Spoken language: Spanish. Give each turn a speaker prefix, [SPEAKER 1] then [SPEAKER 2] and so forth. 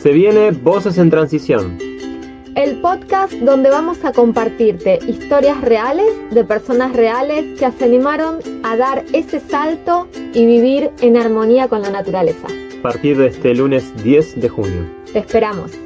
[SPEAKER 1] Se viene Voces en Transición.
[SPEAKER 2] El podcast donde vamos a compartirte historias reales de personas reales que se animaron a dar ese salto y vivir en armonía con la naturaleza.
[SPEAKER 1] A partir de este lunes 10 de junio.
[SPEAKER 2] Te esperamos.